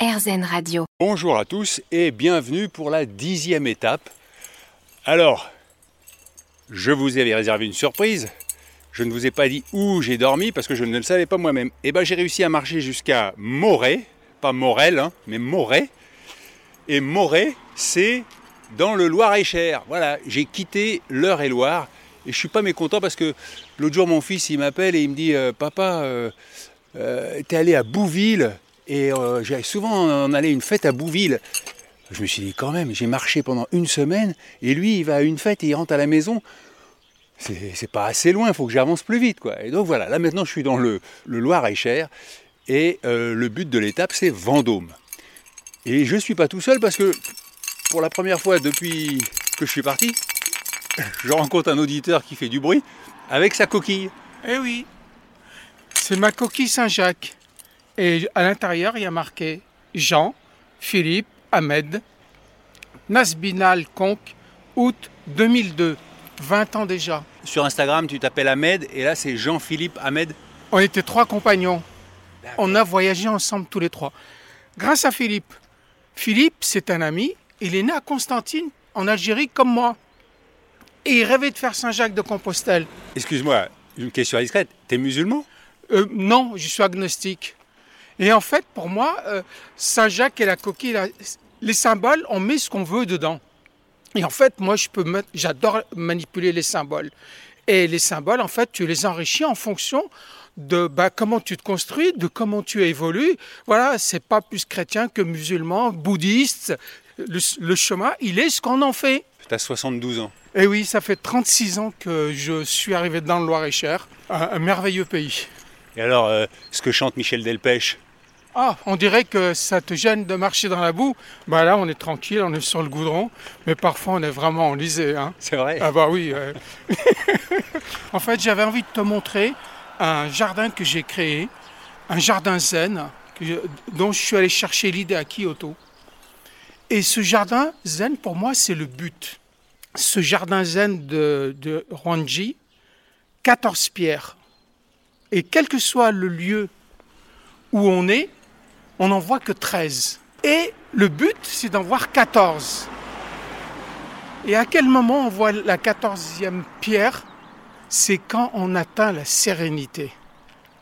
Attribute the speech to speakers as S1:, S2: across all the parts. S1: RZN Radio.
S2: Bonjour à tous et bienvenue pour la dixième étape. Alors, je vous avais réservé une surprise. Je ne vous ai pas dit où j'ai dormi parce que je ne le savais pas moi-même. Et ben j'ai réussi à marcher jusqu'à Moret, pas Morel, hein, mais Moret. Et Moret, c'est dans le Loir-et-Cher. Voilà, j'ai quitté l'Eure-et-Loire et je suis pas mécontent parce que l'autre jour mon fils il m'appelle et il me dit euh, papa, euh, euh, t'es allé à Bouville et euh, j'ai souvent on allait à une fête à Bouville. Je me suis dit quand même, j'ai marché pendant une semaine et lui il va à une fête et il rentre à la maison. C'est c'est pas assez loin, il faut que j'avance plus vite quoi. Et donc voilà, là maintenant je suis dans le, le Loir-et-Cher et euh, le but de l'étape c'est Vendôme. Et je suis pas tout seul parce que pour la première fois depuis que je suis parti, je rencontre un auditeur qui fait du bruit avec sa coquille.
S3: Eh oui, c'est ma coquille Saint-Jacques. Et à l'intérieur, il y a marqué Jean, Philippe, Ahmed, Nasbinal Conque, août 2002. 20 ans déjà.
S2: Sur Instagram, tu t'appelles Ahmed et là c'est Jean-Philippe Ahmed.
S3: On était trois compagnons. On a voyagé ensemble tous les trois. Grâce à Philippe. Philippe, c'est un ami. Il est né à Constantine, en Algérie, comme moi. Et il rêvait de faire Saint-Jacques de Compostelle.
S2: Excuse-moi, une question discrète. T'es musulman
S3: Euh, non, je suis agnostique. Et en fait, pour moi, euh, Saint-Jacques et la coquille, la- les symboles, on met ce qu'on veut dedans. Et en fait, moi, je peux mettre- j'adore manipuler les symboles. Et les symboles, en fait, tu les enrichis en fonction de bah, comment tu te construis, de comment tu évolues. Voilà, c'est pas plus chrétien que musulman, bouddhiste. Le, le chemin, il est ce qu'on en fait.
S2: T'as 72 ans.
S3: Et oui, ça fait 36 ans que je suis arrivé dans le Loir-et-Cher, un- un merveilleux pays.
S2: Et alors, euh, ce que chante Michel Delpech
S3: Ah, on dirait que ça te gêne de marcher dans la boue. Bah là, on est tranquille, on est sur le goudron, mais parfois on est vraiment enlisé. Hein.
S2: C'est vrai
S3: Ah bah oui. euh. en fait, j'avais envie de te montrer un jardin que j'ai créé, un jardin zen, que je- dont je suis allé chercher l'idée à Kyoto. Et ce jardin zen, pour moi, c'est le but. Ce jardin zen de, de Ranji, 14 pierres. Et quel que soit le lieu où on est, on n'en voit que 13. Et le but, c'est d'en voir 14. Et à quel moment on voit la quatorzième pierre C'est quand on atteint la sérénité.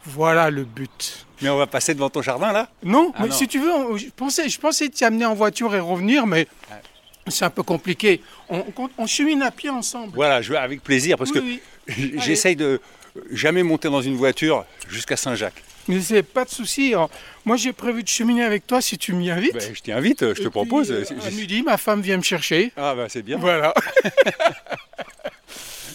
S3: Voilà le but.
S2: Mais on va passer devant ton jardin là
S3: Non,
S2: Ah
S3: mais
S2: non.
S3: si tu veux, on- je pensais, je pensais t'y amener en voiture et revenir, mais c'est un peu compliqué. On, on- on chemine à pied ensemble.
S2: Voilà, je vais avec plaisir parce
S3: Oui,
S2: que
S3: oui.
S2: j- j'essaye de jamais monter dans une voiture jusqu'à Saint-Jacques.
S3: Mais c'est pas de souci. hein. Moi, j'ai prévu de cheminer avec toi si tu m'y invites.
S2: Ben, je t'invite, je
S3: Et
S2: te
S3: puis,
S2: propose.
S3: euh,
S2: C'est-
S3: à
S2: c'est-
S3: midi, ma femme vient me chercher.
S2: Ah bah c'est bien.
S3: Voilà.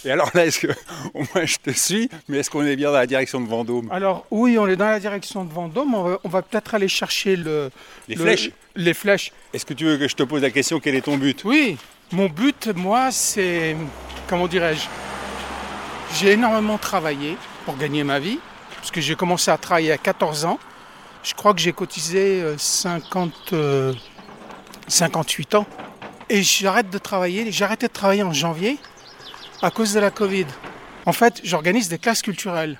S2: Et alors là, est-ce que au moins je te suis, mais est-ce qu'on est bien dans la direction de Vendôme
S3: Alors oui, on est dans la direction de Vendôme. On va, on va peut-être aller chercher le,
S2: Les
S3: le-
S2: flèches.
S3: Les flèches.
S2: Est-ce que tu veux que je te pose la question quel est ton but
S3: Oui. Mon but, moi, c'est comment dirais-je J'ai énormément travaillé pour gagner ma vie, parce que j'ai commencé à travailler à 14 ans. Je crois que j'ai cotisé euh, 50, euh, 58 ans. Et j'arrête de travailler. J'ai arrêté de travailler en janvier à cause de la Covid. En fait, j'organise des classes culturelles.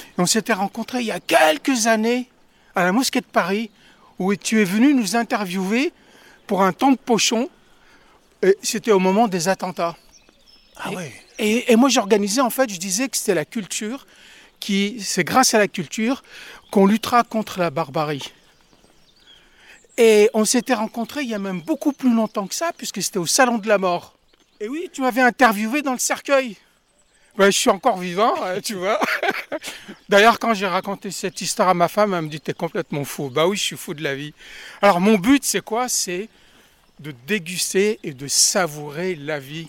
S3: Et on s'était rencontrés il y a quelques années à la mosquée de Paris, où tu es venu nous interviewer pour un temps de pochon. Et c'était au moment des attentats.
S2: Ah ouais.
S3: Et, et moi, j'organisais, en fait, je disais que c'était la culture, qui, c'est grâce à la culture qu'on luttera contre la barbarie. Et on s'était rencontrés il y a même beaucoup plus longtemps que ça, puisque c'était au Salon de la Mort. Et oui, tu m'avais interviewé dans le cercueil. Ben, je suis encore vivant, hein, tu vois. D'ailleurs, quand j'ai raconté cette histoire à ma femme, elle me dit T'es complètement fou. Bah oui, je suis fou de la vie. Alors, mon but, c'est quoi C'est de déguster et de savourer la vie.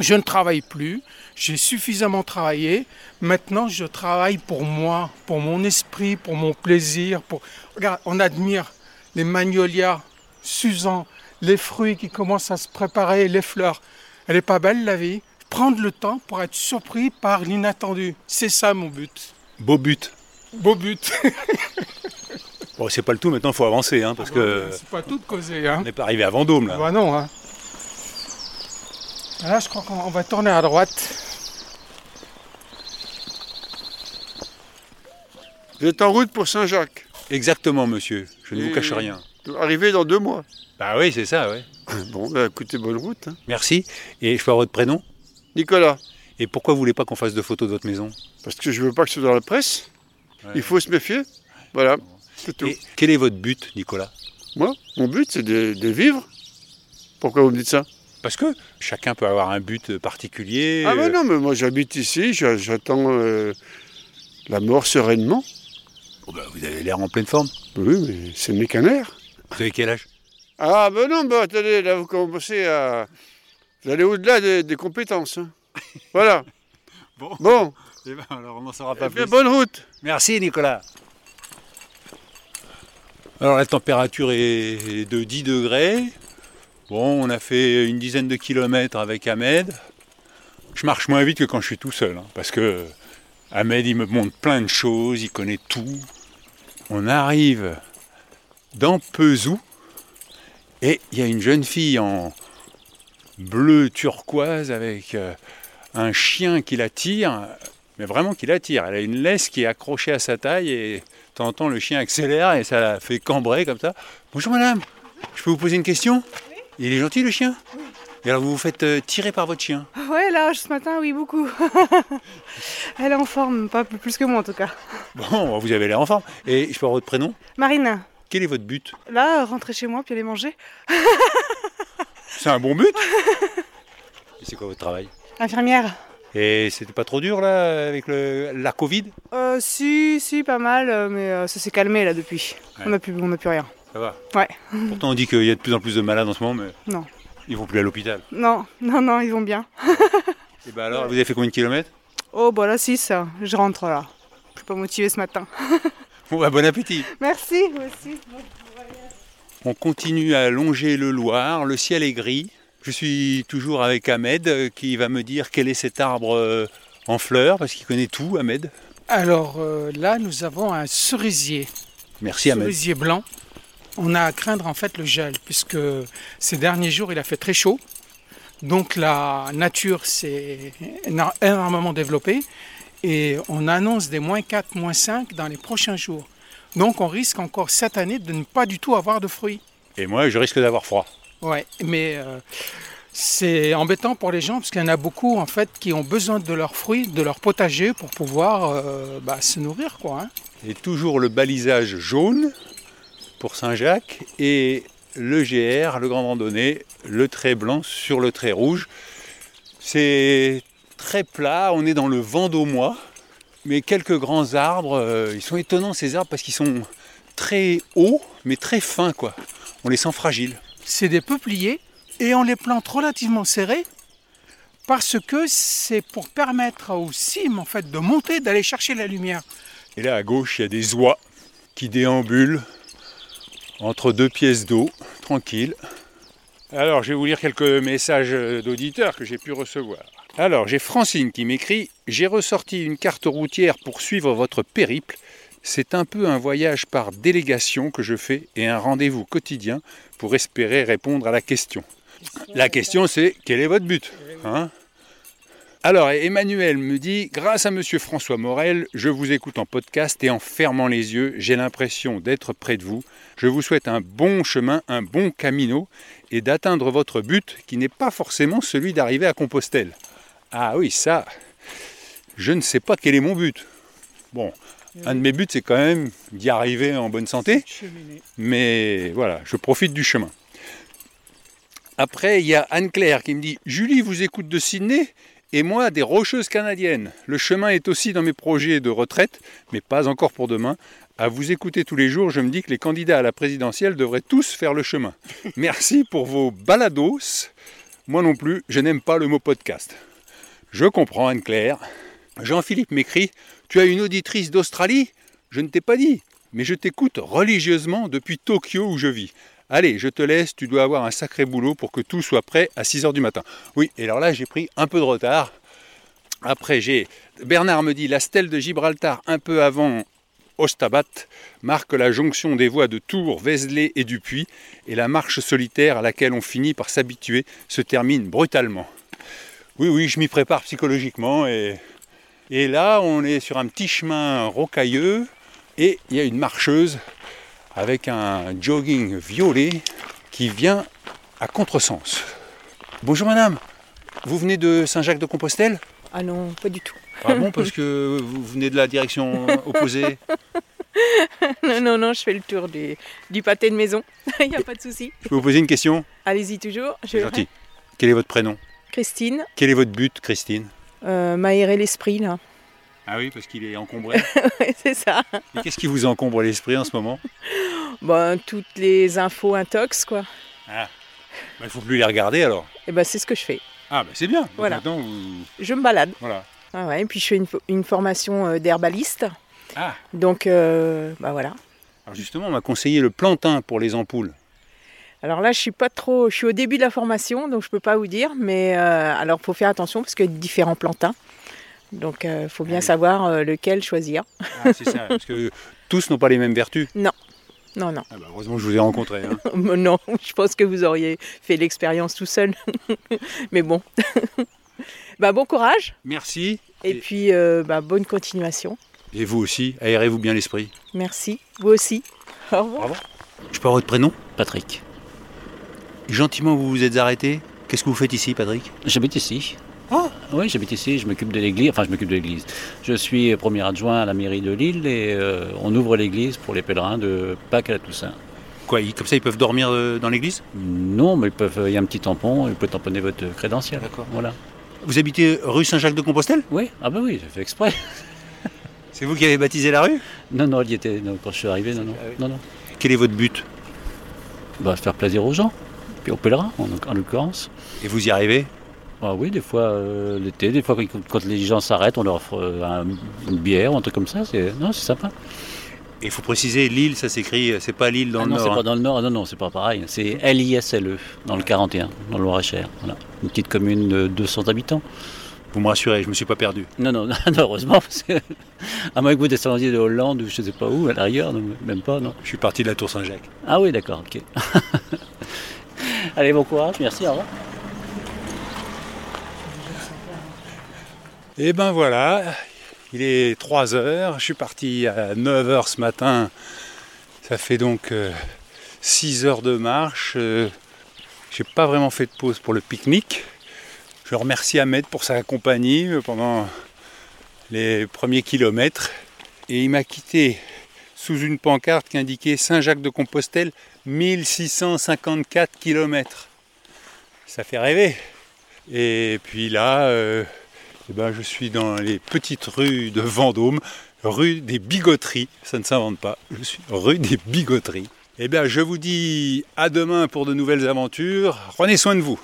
S3: Je ne travaille plus, j'ai suffisamment travaillé. Maintenant, je travaille pour moi, pour mon esprit, pour mon plaisir. Pour... Regarde, on admire les magnolias, Suzanne, les fruits qui commencent à se préparer, les fleurs. Elle est pas belle la vie. Prendre le temps pour être surpris par l'inattendu. C'est ça mon but.
S2: Beau but.
S3: Beau but.
S2: Bon, c'est pas le tout, maintenant il faut avancer, hein, parce que
S3: C'est pas tout de causer. Hein.
S2: on n'est pas arrivé à Vendôme là.
S3: Bah non. Hein. Là, je crois qu'on on va tourner à droite.
S4: Vous êtes en route pour Saint-Jacques.
S2: Exactement, monsieur. Je ne vous
S1: Et-
S2: cache rien.
S1: Arrivé dans deux mois.
S2: Bah oui, c'est ça, ouais.
S1: Bon, bah, écoutez, bonne route. hein.
S2: Merci. Et je peux avoir votre prénom
S1: Nicolas,
S2: Et pourquoi vous voulez pas qu'on fasse de photos de votre maison
S1: parce que je veux pas que ce soit dans la presse.
S2: Ouais.
S1: Il faut se méfier. Voilà, c'est tout.
S2: Et quel est votre but, Nicolas
S1: Moi, mon but, c'est de, de vivre. Pourquoi vous me dites ça
S2: Parce que chacun peut avoir un but particulier.
S1: Ah,
S2: euh,
S1: mais non, mais moi, j'habite ici, j'a- j'attends euh, la mort sereinement. Ben
S2: oh, bah, vous avez l'air en pleine forme.
S1: Oui, mais c'est mes canards.
S2: Vous avez quel âge
S1: Ah, ben non, ben attendez, là, vous commencez à. Vous allez au-delà des, des compétences. hein. Voilà.
S2: Bon. ben,
S1: Bon,
S2: alors on n'en saura
S1: eh bien, bonne route.
S2: Merci, Nicolas. Alors la température est de 10 degrés. Bon, on a fait une dizaine de kilomètres avec Ahmed. Je marche moins vite que quand je suis tout seul, hein, parce que Ahmed, il me montre plein de choses, il connaît tout. On arrive dans Pezou, et il y a une jeune fille en bleu turquoise avec euh, un chien qui la tire, mais vraiment qui la tire. Elle a une laisse qui est accrochée à sa taille, et de temps en temps, le chien accélère et ça la fait cambrer comme ça. Bonjour madame, je peux vous poser une question Il est gentil le chien Et alors vous vous faites euh, tirer par votre chien
S4: Ouais, là, ce matin, oui, beaucoup. Elle est en forme, pas plus plus que moi en tout cas.
S2: Bon, bah, vous avez l'air en forme. Et je peux avoir votre prénom
S4: Marine,
S2: Quel est votre but
S4: là, rentrer chez moi puis aller manger.
S2: C'est un bon but Et c'est quoi votre travail
S4: Infirmière.
S2: Et c'était pas trop dur là avec le- la Covid
S4: Euh, si, si, pas mal, euh, mais euh, ça s'est calmé là depuis.
S2: Ouais.
S4: On n'a plus, on a plus rien.
S2: Ça va
S4: Ouais.
S2: Pourtant on dit qu'il y a de plus en plus de malades en ce moment, mais
S4: Non.
S2: ils vont plus à l'hôpital.
S4: Non, non, non, ils vont bien.
S2: Et bah alors, vous avez fait combien de kilomètres
S4: Oh, bah là, si, ça, je rentre là. Je suis pas motivée ce matin.
S2: Bon bah bon appétit
S4: Merci, vous aussi.
S2: On continue à longer le Loir, le ciel est gris. Je suis toujours avec Ahmed euh, qui va me dire quel est cet arbre euh, en fleurs, parce qu'il connaît tout, Ahmed.
S3: Alors euh, là, nous avons un cerisier,
S2: Merci Ahmed.
S3: cerisier blanc. On a à craindre en fait le gel, puisque ces derniers jours, il a fait très chaud. Donc la nature s'est éno- énormément développée et on annonce des moins 4, moins 5 dans les prochains jours. Donc on risque encore cette année de ne pas du tout avoir de fruits.
S2: Et moi, je risque d'avoir froid.
S3: Ouais, mais euh, c'est embêtant pour les gens parce qu'il y en a beaucoup en fait qui ont besoin de leurs fruits, de leur potager pour pouvoir euh, bah, se nourrir quoi. hein.
S2: Et toujours le balisage jaune pour Saint-Jacques et le GR, le grand randonnée, le trait blanc sur le trait rouge. C'est très plat, on est dans le Vendômois, mais quelques grands arbres, euh, ils sont étonnants ces arbres parce qu'ils sont très hauts mais très fins quoi. On les sent fragiles.
S3: C'est des peupliers et on les plante relativement serrés parce que c'est pour permettre aux cimes en fait de monter, d'aller chercher la lumière.
S2: Et là à gauche, il y a des oies qui déambulent entre deux pièces d'eau, tranquille. Alors, je vais vous lire quelques messages euh, d'auditeurs que j'ai pu recevoir. Alors, j'ai Francine qui m'écrit J'ai ressorti une carte routière pour suivre votre périple. C'est un peu un voyage par délégation que je fais et un rendez-vous quotidien pour espérer répondre à la question. La question, c'est quel est votre but hein alors, Emmanuel me dit Grâce à monsieur François Morel, je vous écoute en podcast et en fermant les yeux, j'ai l'impression d'être près de vous. Je vous souhaite un bon chemin, un bon camino et d'atteindre votre but qui n'est pas forcément celui d'arriver à Compostelle. Ah oui, ça, je ne sais pas quel est mon but. Bon, un de mes buts, c'est quand même d'y arriver en bonne santé. Mais voilà, je profite du chemin. Après, il y a Anne-Claire qui me dit Julie vous écoute de Sydney et moi des Rocheuses canadiennes. Le chemin est aussi dans mes projets de retraite, mais pas encore pour demain. À vous écouter tous les jours, je me dis que les candidats à la présidentielle devraient tous faire le chemin. Merci pour vos balados. Moi non plus, je n'aime pas le mot podcast. Je comprends Anne-Claire. Jean-Philippe m'écrit Tu as une auditrice d'Australie Je ne t'ai pas dit mais je t'écoute religieusement depuis Tokyo où je vis. Allez, je te laisse, tu dois avoir un sacré boulot pour que tout soit prêt à 6h du matin. Oui, et alors là, j'ai pris un peu de retard. Après, j'ai Bernard me dit la stèle de Gibraltar un peu avant Ostabat marque la jonction des voies de Tours, Vézelay et Dupuis et la marche solitaire à laquelle on finit par s'habituer se termine brutalement. Oui oui, je m'y prépare psychologiquement et et là, on est sur un petit chemin rocailleux et il y a une marcheuse avec un jogging violet qui vient à contresens. Bonjour madame, vous venez de Saint-Jacques-de-Compostelle
S5: Ah non, pas du tout.
S2: Ah bon, parce que vous venez de la direction opposée
S5: Non, non, non, je fais le tour du, du pâté de maison. Il n'y a pas de souci.
S2: Je peux vous poser une question
S5: Allez-y toujours. Je...
S2: C'est gentil. Quel est votre prénom
S5: Christine,
S2: Quel est votre but, Christine
S5: euh, m'aérer l'esprit là.
S2: Ah oui, parce qu'il est encombré.
S5: Ouais, c'est ça.
S2: Et qu'est-ce qui vous encombre l'esprit en ce moment
S5: Bon, toutes les infos intox quoi.
S2: Ben, Il ne faut plus les regarder alors.
S5: Et ben c'est ce que je fais.
S2: Ah, bah c'est bien. Donc
S5: Voilà.
S2: Maintenant, vous...
S5: Je me balade.
S2: Voilà.
S5: Ah ouais, et puis je fais une, fo- une formation euh, d'herbaliste.
S2: Ah.
S5: Donc euh, bah voilà.
S2: Alors justement, on m'a conseillé le plantain pour les ampoules.
S5: Alors là, je suis pas trop, je suis au début de la formation, donc je peux pas vous dire, mais euh, alors faut faire attention parce qu'il y a différents plantains, donc euh, faut bien
S2: Ah oui.
S5: savoir euh, lequel choisir.
S2: Ah, c'est ça, parce que tous n'ont pas les mêmes vertus.
S5: Non, non,
S2: Ah bah, heureusement que je vous ai rencontré. hein.
S5: Mais non, je pense que vous auriez fait l'expérience tout seul, mais bon. bah bon courage
S2: Merci.
S5: et,
S2: Et-
S5: puis euh, bah, bonne continuation.
S2: Et vous aussi, aérez-vous bien l'esprit.
S5: Merci, vous aussi. Au revoir.
S2: Je peux avoir votre prénom
S6: Patrick.
S2: Gentiment, vous vous êtes arrêté. Qu'est-ce que vous faites ici, Patrick
S6: J'habite ici. Ah Oui, j'habite ici, je m'occupe de l'église, enfin je m'occupe de l'église. Je suis euh, premier adjoint à la mairie de Lille et euh, on ouvre l'église pour les pèlerins de Pâques à la Toussaint.
S2: Quoi, ils- comme ça, ils peuvent dormir euh, dans l'église
S6: Non, mais ils peuvent, euh, il y a un petit tampon, vous pouvez tamponner votre crédentiel.
S2: D'accord.
S6: Voilà.
S2: Vous habitez rue Saint-Jacques-de-Compostelle
S6: Oui, ah bah oui, j'ai fait exprès.
S2: C'est vous qui avez baptisé la rue
S6: Non, non, il y était non, quand je suis arrivé, non, non, non, non.
S2: Quel est votre but
S6: Bah, faire plaisir aux gens, puis aux pèlerins en, en l'occurrence.
S2: Et vous y arrivez
S6: Ah oui, des fois euh, l'été, des fois quand- quand les gens s'arrêtent, on leur offre euh, un- une bière ou un truc comme ça, c'est non, c'est sympa.
S2: Et il faut préciser, Lille, ça s'écrit, euh, c'est pas Lille dans
S6: Ah
S2: le
S6: non,
S2: Nord.
S6: c'est
S2: hein.
S6: pas dans le Nord, non, non, c'est pas pareil. C'est LISLE, E, dans le 41, dans le Loir-et-Cher. Voilà. Une petite commune de 200 habitants.
S2: hein. Vous me rassurez, je me suis pas perdu.
S6: Non, non, non, heureusement, parce que, à moins que vous descendiez de Hollande ou je sais pas où, à l'arrière, non, même pas, non.
S2: Je suis parti de la Tour Saint-Jacques.
S6: Ah oui, d'accord, ok. Allez, bon courage, merci, au revoir.
S2: Et ben voilà, il est 3 heures, je suis parti à 9 heures ce matin. Ça fait donc 6 heures de marche. euh, J'ai pas vraiment fait de pause pour le pique-nique. Je remercie Ahmed pour sa compagnie euh, pendant les premiers kilomètres. Et il m'a quitté sous une pancarte qui indiquait Saint-Jacques-de-Compostelle, 1654 km. Ça fait rêver. Et puis là, euh, eh ben, je suis dans les petites rues de Vendôme, rue des Bigoteries. Ça ne s'invente pas. Je suis rue des ben, Bigoteries. Eh bien, je vous dis à demain pour de nouvelles aventures. Prenez soin de vous.